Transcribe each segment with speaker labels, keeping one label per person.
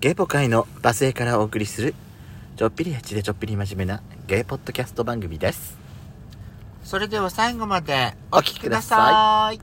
Speaker 1: ゲイポ界のバスへからお送りするちょっぴりエッチでちょっぴり真面目なゲイポッドキャスト番組です
Speaker 2: それでは最後まで
Speaker 1: お聞きくださ
Speaker 2: い。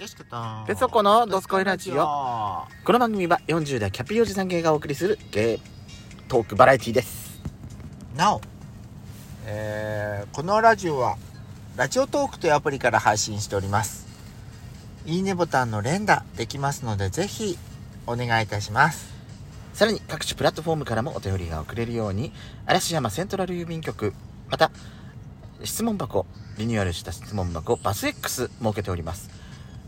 Speaker 2: よしこと。
Speaker 1: ペソコのドスコイラジオ
Speaker 2: オ。
Speaker 1: この番組は40代キャピおじさん芸がお送りするゲイトークバラエティです
Speaker 2: なお、えーこのラジオはラジオトークというアプリから配信しておりますいいねボタンの連打できますのでぜひお願いいたします
Speaker 1: さらに各種プラットフォームからもお便りが送れるように嵐山セントラル郵便局また質問箱リニューアルした質問箱バス X 設けております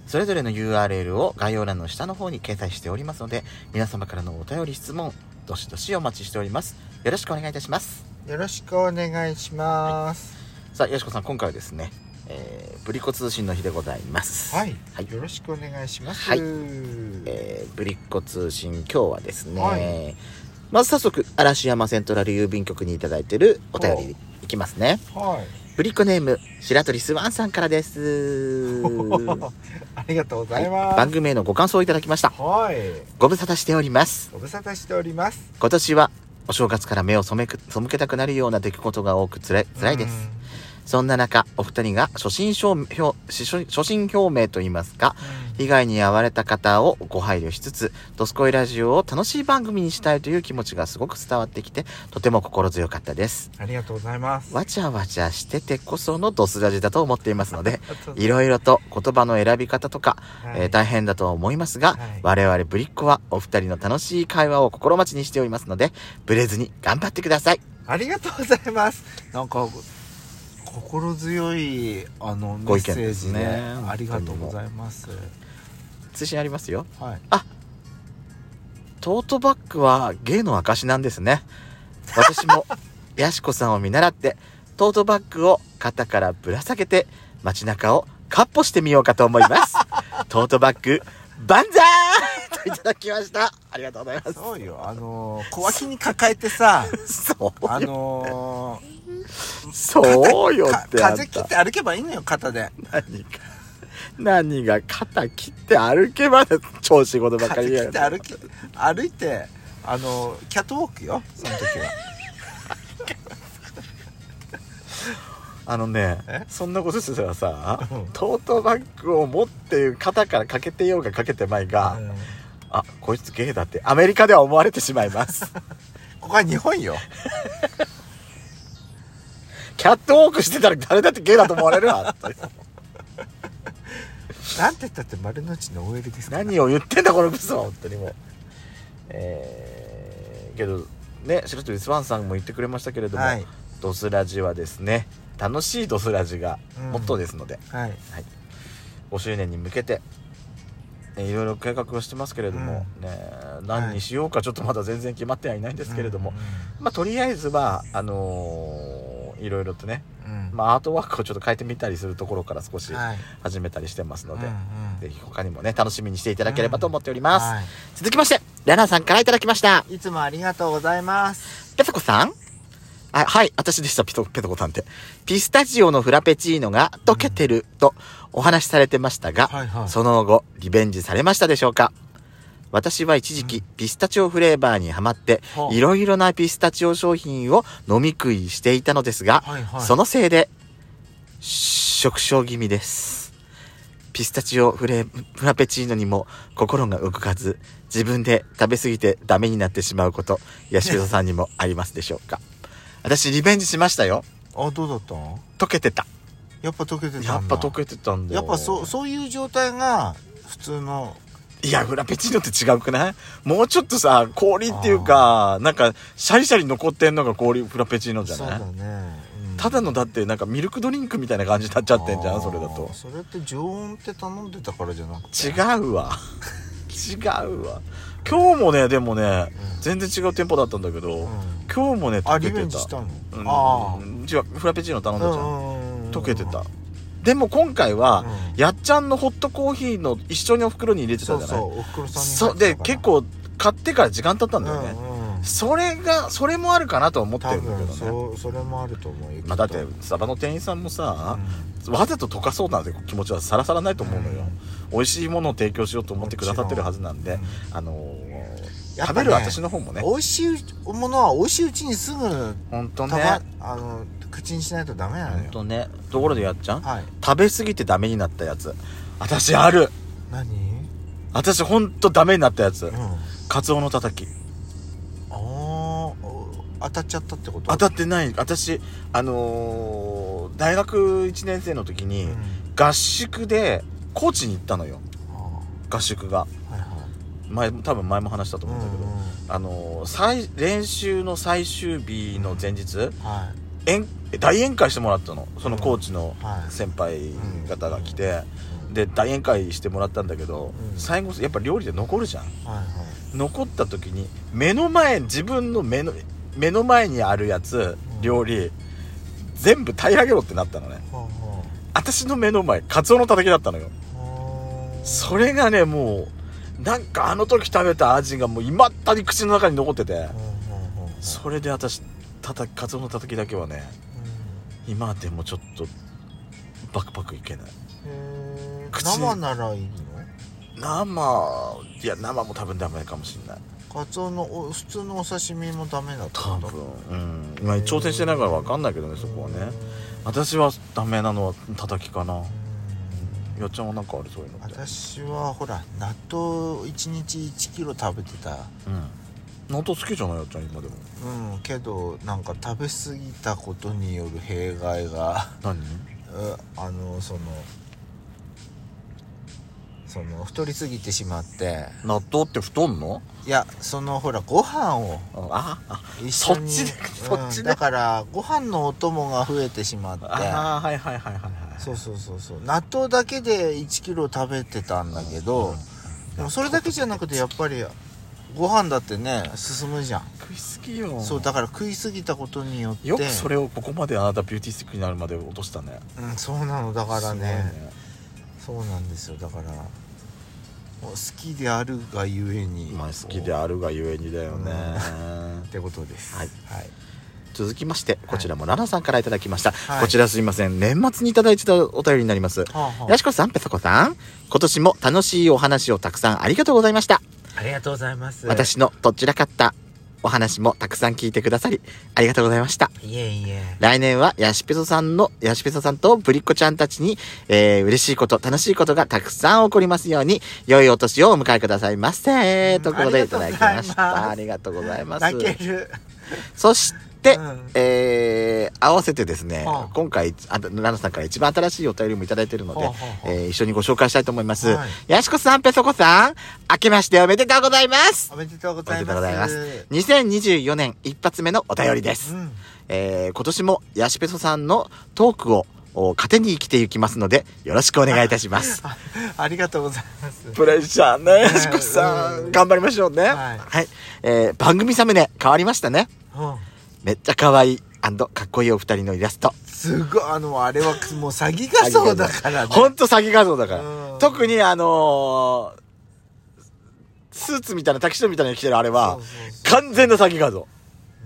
Speaker 1: それぞれの URL を概要欄の下の方に掲載しておりますので皆様からのお便り質問どしどしお待ちしておりますよろしくお願いいたします
Speaker 2: よろしくお願いします
Speaker 1: さあよしこさん今回はですね、えー、ブリコ通信の日でございます
Speaker 2: はい、
Speaker 1: はい
Speaker 2: よろしくお願いします、
Speaker 1: はいえー、ぶりっ子通信今日はですね、
Speaker 2: はい
Speaker 1: まず早速嵐山セントラル郵便局にいただいてるお便りいきますね
Speaker 2: はい
Speaker 1: ぶりっ子ネーム白鳥スワンさんからです
Speaker 2: ありがとうございます、
Speaker 1: 番組へのご感想をいただきました
Speaker 2: はい
Speaker 1: ご無沙汰しております
Speaker 2: ご無沙汰しております
Speaker 1: 今年はお正月から目を染めく背けたくなるような出来事が多くつらい辛いですそんな中お二人が初心表表初初心表明といいますか
Speaker 2: うん
Speaker 1: 被害に遭われた方をご配慮しつつ、ドスコイラジオを楽しい番組にしたいという気持ちがすごく伝わってきて、とても心強かったです。
Speaker 2: ありがとうございます
Speaker 1: わちゃわちゃしててこそのドスラジだと思っていますので、
Speaker 2: ありがとうござ
Speaker 1: いろいろと言葉の選び方とか、
Speaker 2: はい
Speaker 1: えー大変だとは思いますが、
Speaker 2: はい
Speaker 1: 我々ブリッコはお二人の楽しい会話を心待ちにしておりますので、ブレずに頑張ってください。
Speaker 2: ありがとうございます。なんか心強いあのメ
Speaker 1: ご
Speaker 2: ッ
Speaker 1: 意見
Speaker 2: セー
Speaker 1: です
Speaker 2: ジ
Speaker 1: ね
Speaker 2: ね。ありがとうございます。
Speaker 1: 通信ありますよ。
Speaker 2: はい。
Speaker 1: トートバッグは芸の証なんですね。私 も、やしこさんを見習って、トートバッグを肩からぶら下げて、街中をかっ歩してみようかと思い ます。トートバッグ、万歳といただきました。ありがとうございま
Speaker 2: そうよ。あの小脇に抱えて さ、
Speaker 1: す。そう
Speaker 2: あ
Speaker 1: よ。
Speaker 2: の
Speaker 1: そうよ
Speaker 2: か
Speaker 1: ってあん
Speaker 2: 風切
Speaker 1: た
Speaker 2: っ。て歩けばいいのよ肩で。
Speaker 1: 何が、何が肩切って歩けばだ、調子事ばかり
Speaker 2: 風切
Speaker 1: や
Speaker 2: って歩き歩いてあのキャットウォークよ。その時は。
Speaker 1: あのね
Speaker 2: え
Speaker 1: そんなことしてたらさ、
Speaker 2: うん
Speaker 1: トートバッグを持って肩からかけてようがかけてまいが、
Speaker 2: うん
Speaker 1: あこいつゲイだってアメリカでは思われてしまいます
Speaker 2: ここは日本よ。
Speaker 1: キャットウォークしてたら誰だってゲイだと思われる わ
Speaker 2: なんて言ったって丸の内の OL ですから。
Speaker 1: 何を言ってんだこのブスは本当にもうえー、けどね白鳥スワンさんも言ってくれましたけれども、
Speaker 2: はい
Speaker 1: ドスラジはですね楽しいドスラジが
Speaker 2: うん
Speaker 1: モットーですので、
Speaker 2: はい。
Speaker 1: 5周年に向けて、ね、いろいろ計画をしてますけれども、ね、何にしようかちょっとまだ全然決まってはいないんですけれども、まあ、とりあえずはあのーいろいろとね、
Speaker 2: うん。うん。
Speaker 1: まあ、アートワークをちょっと変えてみたりするところから少し
Speaker 2: はい。
Speaker 1: 始めたりしてますので、
Speaker 2: うんうん
Speaker 1: ぜひ他にもね楽しみにしていただければと思っております、
Speaker 2: はい
Speaker 1: 続きましてラナさんからいただきました
Speaker 2: いつもありがとうございます。
Speaker 1: ペソコさんあはい、私でした、ピト、ペトコさんって。ピスタジオのフラペチーノが溶けてるとお話しされてましたが、
Speaker 2: はいはい
Speaker 1: その後、リベンジされましたでしょうか私は一時
Speaker 2: う
Speaker 1: 期、ピスタチオフレーバーにハマって
Speaker 2: は、あ
Speaker 1: いろいろなピスタチオ商品を飲み食いしていたのですが、
Speaker 2: はいはい
Speaker 1: そのせいで、食傷気味です。ピスタチオフレー、フラペチーノにも心が動かず、自分で食べ過ぎてダメになってしまうこと、ヤシクソさんにもありますでしょうか。私、リベンジしましたよ。
Speaker 2: あ、どうだったの
Speaker 1: 溶けてた。
Speaker 2: やっぱ溶けてたんだ
Speaker 1: やっぱ溶けてたんだよ。
Speaker 2: やっぱそう、そういう状態が普通の、
Speaker 1: いや、フラペチーノって違うくないもうちょっとさ、氷っていうか、なんか、シャリシャリ残ってんのが氷、フラペチーノじゃ
Speaker 2: そう
Speaker 1: な
Speaker 2: だ
Speaker 1: い
Speaker 2: ね。うん
Speaker 1: ただのだって、なんかミルクドリンクみたいな感じになっちゃってんじゃん、それだと
Speaker 2: あー。それって常温って頼んでたからじゃなくて。
Speaker 1: 違うわ違うわ今日もねでもね、
Speaker 2: うん
Speaker 1: 全然違う店舗だったんだけど、
Speaker 2: うん
Speaker 1: 今日もね
Speaker 2: あ、
Speaker 1: 溶けて
Speaker 2: リ
Speaker 1: た
Speaker 2: ベンジしたの
Speaker 1: うん、
Speaker 2: あ
Speaker 1: 違うフラペチーノ頼ん
Speaker 2: あ。
Speaker 1: だじゃん、
Speaker 2: ん
Speaker 1: 溶けてた、でも今回は、
Speaker 2: うん
Speaker 1: やっちゃんのホットコーヒーの一緒にお袋に入れて
Speaker 2: そ
Speaker 1: た
Speaker 2: う
Speaker 1: じゃない
Speaker 2: そう、おふくろさんに
Speaker 1: そうで結構買ってから時間経ったんだよね、
Speaker 2: うんうん
Speaker 1: それがそれもあるかなとは思って
Speaker 2: 多
Speaker 1: るんだけ
Speaker 2: 分
Speaker 1: どね
Speaker 2: そうそれもあると思うよ
Speaker 1: まあだっ
Speaker 2: き
Speaker 1: て
Speaker 2: と
Speaker 1: サバの店員さんもさ
Speaker 2: う、ん
Speaker 1: わざと溶かそうなんて気持ちはさらさらないと思うのよ、
Speaker 2: うん
Speaker 1: 美味しいものを提供しようと思ってくださってるはずなんで、
Speaker 2: うん
Speaker 1: あのー
Speaker 2: や
Speaker 1: 食
Speaker 2: っぱね
Speaker 1: べる私の方もね
Speaker 2: 美味しいものは美味しいうちにすぐ
Speaker 1: 本当
Speaker 2: た
Speaker 1: ね
Speaker 2: ま、あの口にしないとダメなの
Speaker 1: 本
Speaker 2: よ
Speaker 1: 当ねところでやっちゃん、
Speaker 2: はい
Speaker 1: 食べ過ぎてダメになったやつ私ある
Speaker 2: 何
Speaker 1: 私ほんとダメになったやつ
Speaker 2: うん
Speaker 1: カツオのたたき
Speaker 2: あー当たっちゃったってこと
Speaker 1: 当たってない私あのー大学1年生の時に、
Speaker 2: うん
Speaker 1: 合宿で高知に行ったのよ
Speaker 2: あ
Speaker 1: 合宿が
Speaker 2: ーはいはい
Speaker 1: 前多分前も話したと思うんだけど、あのー最練習の最終日の前日
Speaker 2: は
Speaker 1: 宴大宴会してもらったのその高知の
Speaker 2: いはい
Speaker 1: 先輩方が来て
Speaker 2: うん
Speaker 1: で大宴会してもらったんだけど、
Speaker 2: うん
Speaker 1: 最後やっぱ料理で残るじゃん
Speaker 2: はいはい
Speaker 1: 残った時に目の前自分の目の目の前にあるやつ
Speaker 2: うん
Speaker 1: 料理全部平らげろってなったのね
Speaker 2: は
Speaker 1: 私の目の前カツオのたたきだったのよ
Speaker 2: あはあ
Speaker 1: それがねもうなんかあの時食べた味がもういまだに口の中に残ってて
Speaker 2: うんうんうんうん
Speaker 1: それで私たたカツオのたたきだけはね今でもちょっとバクバクいけない
Speaker 2: うんへー
Speaker 1: 口に
Speaker 2: 生ならいいの
Speaker 1: 生いや生も多分ダメかもしれない
Speaker 2: カツオのお普通のお刺身もダメだった
Speaker 1: 多分うんまあ挑戦してないから分かんないけどねそこはね私はダメなのはたたきかなよっちゃんはなんかあるそういうのって
Speaker 2: 私はほら納豆1日1キロ食べてた
Speaker 1: うん納豆好きじゃないよっちゃん今でも
Speaker 2: うんけどなんか食べ過ぎたことによる弊害が
Speaker 1: 何
Speaker 2: うあのそのその太りすぎてしまって
Speaker 1: 納豆って太んの
Speaker 2: いやそのほらご飯を
Speaker 1: ああ
Speaker 2: 一緒に
Speaker 1: そっちね
Speaker 2: うん
Speaker 1: そっちね
Speaker 2: だからご飯のお供が増えてしまって
Speaker 1: ああはいはいはいはいはい
Speaker 2: そうそうそうそう納豆だけで1キロ食べてたんだけど、でもそれだけじゃなくてやっぱりご飯だってね進むじゃん、
Speaker 1: 食いすぎよ
Speaker 2: そうだから食い過ぎたことによって
Speaker 1: よくそれをここまであなたビューティースティックになるまで落としたね
Speaker 2: うん、そうなのだからね
Speaker 1: すごい
Speaker 2: そうなんですよだからもう好きであるがゆえに
Speaker 1: まあ好きであるがゆえにだよね
Speaker 2: ってことです
Speaker 1: はい
Speaker 2: はい、
Speaker 1: 続きましてこちらもラナさんからいただきました、
Speaker 2: はい
Speaker 1: こちらすいません年末にいただいてたお便りになります
Speaker 2: はあは
Speaker 1: やしこさんぺそこさん今年も楽しいお話をたくさんありがとうございました
Speaker 2: あ、ありがとうございます
Speaker 1: 私のどちらかったお話もたくさん聞いてくださりありがとうございました
Speaker 2: いえいえ
Speaker 1: 来年はヤシペソさんのヤシペソさんとぶりっ子ちゃんたちに、えー、嬉しいこと楽しいことがたくさん起こりますように良いお年をお迎えくださいませ、
Speaker 2: うん
Speaker 1: ということでいただきましたあ
Speaker 2: あ
Speaker 1: り
Speaker 2: り
Speaker 1: がとうございます
Speaker 2: 泣ける
Speaker 1: そして、
Speaker 2: うん
Speaker 1: えー合わせてですね、
Speaker 2: はあ
Speaker 1: 今回あ奈々さんから一番新しいお便りもいただいてるので、
Speaker 2: はあはあはあ
Speaker 1: えー一緒にご紹介したいと思います、
Speaker 2: はい
Speaker 1: やしこさんペソコさん明けましておめでとうございます
Speaker 2: おめでとうご
Speaker 1: おめ
Speaker 2: ざい
Speaker 1: でと
Speaker 2: ま
Speaker 1: う
Speaker 2: す
Speaker 1: ございます2024年一発目のお便りです、
Speaker 2: うん
Speaker 1: えー今年もヤシペソさんのトークをお糧に生きていきますのでよろしくお願いいたします
Speaker 2: あありがとうございます
Speaker 1: プレッシャーねやしこ
Speaker 2: うん
Speaker 1: 頑張りましょうねは、
Speaker 2: はいい
Speaker 1: えー番組サムネ変わりましたね
Speaker 2: うん
Speaker 1: めっちゃ可愛いかっこいいお二人のイラスト
Speaker 2: すごいあのあれはもう詐欺画像だからね
Speaker 1: ほんと詐欺画像だから、
Speaker 2: うん
Speaker 1: 特にあのースーツみたいなタキシードみたいなの着てるあれは
Speaker 2: そうそう
Speaker 1: 完全な詐欺画像、
Speaker 2: そ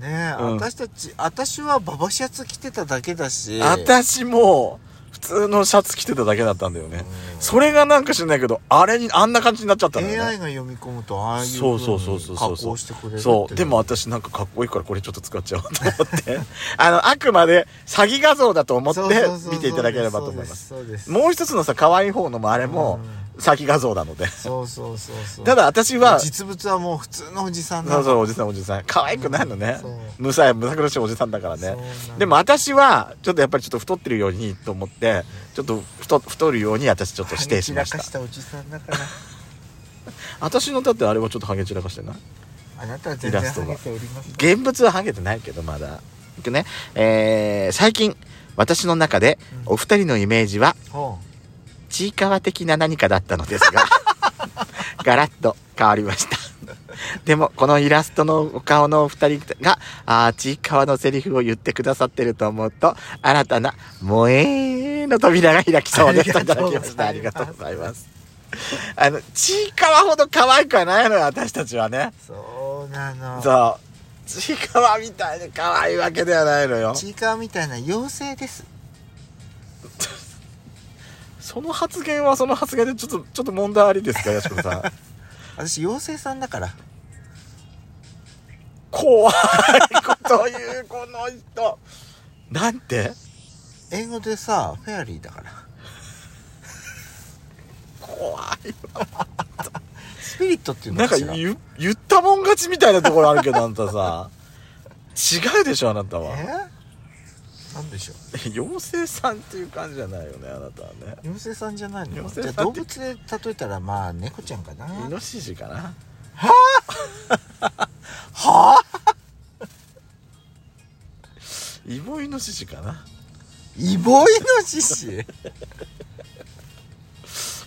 Speaker 2: うねえ、
Speaker 1: うん
Speaker 2: 私たち私はババシャツ着てただけだし
Speaker 1: 私も普通のシャツ着てただけだったんだよね、
Speaker 2: うん
Speaker 1: それがなんか知んないけどあれにあんな感じになっちゃったんだよね
Speaker 2: AI が読み込むとああいう
Speaker 1: そうそうそう
Speaker 2: 風に
Speaker 1: そう
Speaker 2: 加
Speaker 1: そう
Speaker 2: 工してくれるってね
Speaker 1: そうでも私なんかかっこいいからこれちょっと使っちゃおうと思ってあのあくまで詐欺画像だと思って
Speaker 2: そうそうそう
Speaker 1: 見ていただければと思います
Speaker 2: そうですそうです
Speaker 1: もう一つのさ可愛い方のもあれも詐欺画像なので
Speaker 2: そうそうそうそう
Speaker 1: ただ私はそ
Speaker 2: 実物はもう普通のおじさんな
Speaker 1: う
Speaker 2: の
Speaker 1: そうおじさんおじさん可愛くないのね
Speaker 2: そう
Speaker 1: むさやむさ苦しいおじさんだから
Speaker 2: そう
Speaker 1: ね
Speaker 2: なの
Speaker 1: でも私はちょっとやっぱりちょっと太ってるようにと思ってちょっと太太るように私ちょっと指定しまし
Speaker 2: はげ散
Speaker 1: た
Speaker 2: らかしたおじさんだから
Speaker 1: 私のだってあれはちょっとハゲ散らかしてない
Speaker 2: あなたは全
Speaker 1: イ
Speaker 2: 然
Speaker 1: ラスト
Speaker 2: ハ
Speaker 1: が
Speaker 2: ゲております
Speaker 1: 現物はハゲてないけどまだいくねえー最近私の中で
Speaker 2: うん
Speaker 1: お二人のイメージは
Speaker 2: ほ
Speaker 1: ちいかわ的な何かだったのです がガラッと変わりましたでもこのイラストのお顔のお二人があーちいかわのセリフを言ってくださってると思うと新たな「萌え」の扉が開きそうです
Speaker 2: ありがとうございます
Speaker 1: ただきましたありがとうございますあの、ちいかわほど可愛くはないのよ、私たちはね。
Speaker 2: そうなの
Speaker 1: そう。ちいかわみたいに可愛いわけではないのよ。
Speaker 2: ちいかわみたいな妖精です
Speaker 1: その発言はその発言でちょっと、ちょっと問題ありですか、やしこさん。
Speaker 2: 私妖精さんだから
Speaker 1: 怖いこと言う、この人。なんて
Speaker 2: 英語でさフェアリーだから
Speaker 1: 怖い。
Speaker 2: スピリットっていう
Speaker 1: な
Speaker 2: の
Speaker 1: んか
Speaker 2: かしら
Speaker 1: 言、言ったもん勝ちみたいなところあるけど、あんたさ。違うでしょ、あなたは。
Speaker 2: えなんでしょう
Speaker 1: 妖精さんっていう感じじゃないよね、あなたはね。
Speaker 2: 妖精さんじゃないのじ
Speaker 1: 妖
Speaker 2: ゃ
Speaker 1: 精
Speaker 2: あ
Speaker 1: さん
Speaker 2: 動
Speaker 1: って
Speaker 2: 物で例えたらまあ猫ちゃんかな
Speaker 1: イノシシかな
Speaker 2: はあ
Speaker 1: イボイノシシかな
Speaker 2: イボイノシシ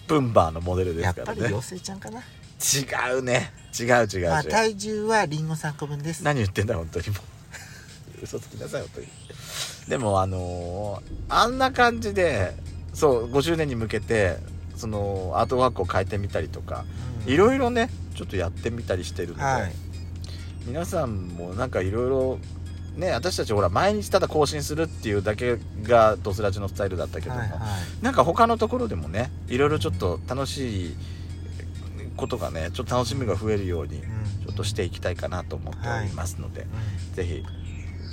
Speaker 1: プンバーのモデルで
Speaker 2: や
Speaker 1: す
Speaker 2: っ
Speaker 1: か
Speaker 2: ぱ
Speaker 1: ら
Speaker 2: り
Speaker 1: ね
Speaker 2: 妖精ちゃんかな、
Speaker 1: 違うね違う違う違う、
Speaker 2: まあ、体重はリンゴ3個分です
Speaker 1: 何言ってんだ本当にもう 嘘つきなさい本当にでもあのーあんな感じでそう50年に向けてそのアートワークを変えてみたりとかい
Speaker 2: い
Speaker 1: ろいろねちょっとやってみたりしてるので、
Speaker 2: はい
Speaker 1: 皆さんもなんかいろいろね私たちほら毎日ただ更新するっていうだけがドスラジのスタイルだったけども、
Speaker 2: はいはい
Speaker 1: なんか他のところでもねいろいろちょっと楽しいことがねちょっと楽しみが増えるようにち
Speaker 2: うん
Speaker 1: ょっとしていきたいかなと思っておりますので、ぜひ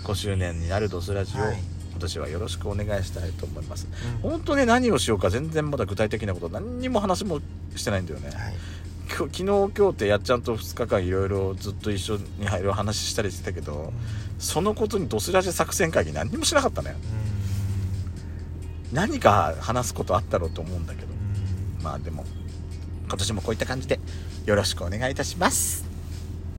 Speaker 1: 5周年になるドスラジオ、
Speaker 2: はい
Speaker 1: 今年はよろしくお願いしたいと思います
Speaker 2: うん
Speaker 1: 本当ね何をしようか全然まだ具体的なこと何にも話もしてないんだよね
Speaker 2: はい
Speaker 1: 今日昨日今日ってやっちゃんと2日間いろいろずっと一緒にいろいろ話したりしてたけどそのことにドスラジ作戦会議何にもしなかったね何か話すことあったろうと思うんだけど
Speaker 2: うん
Speaker 1: まあでも今年もこういった感じでよろしくお願いいたします。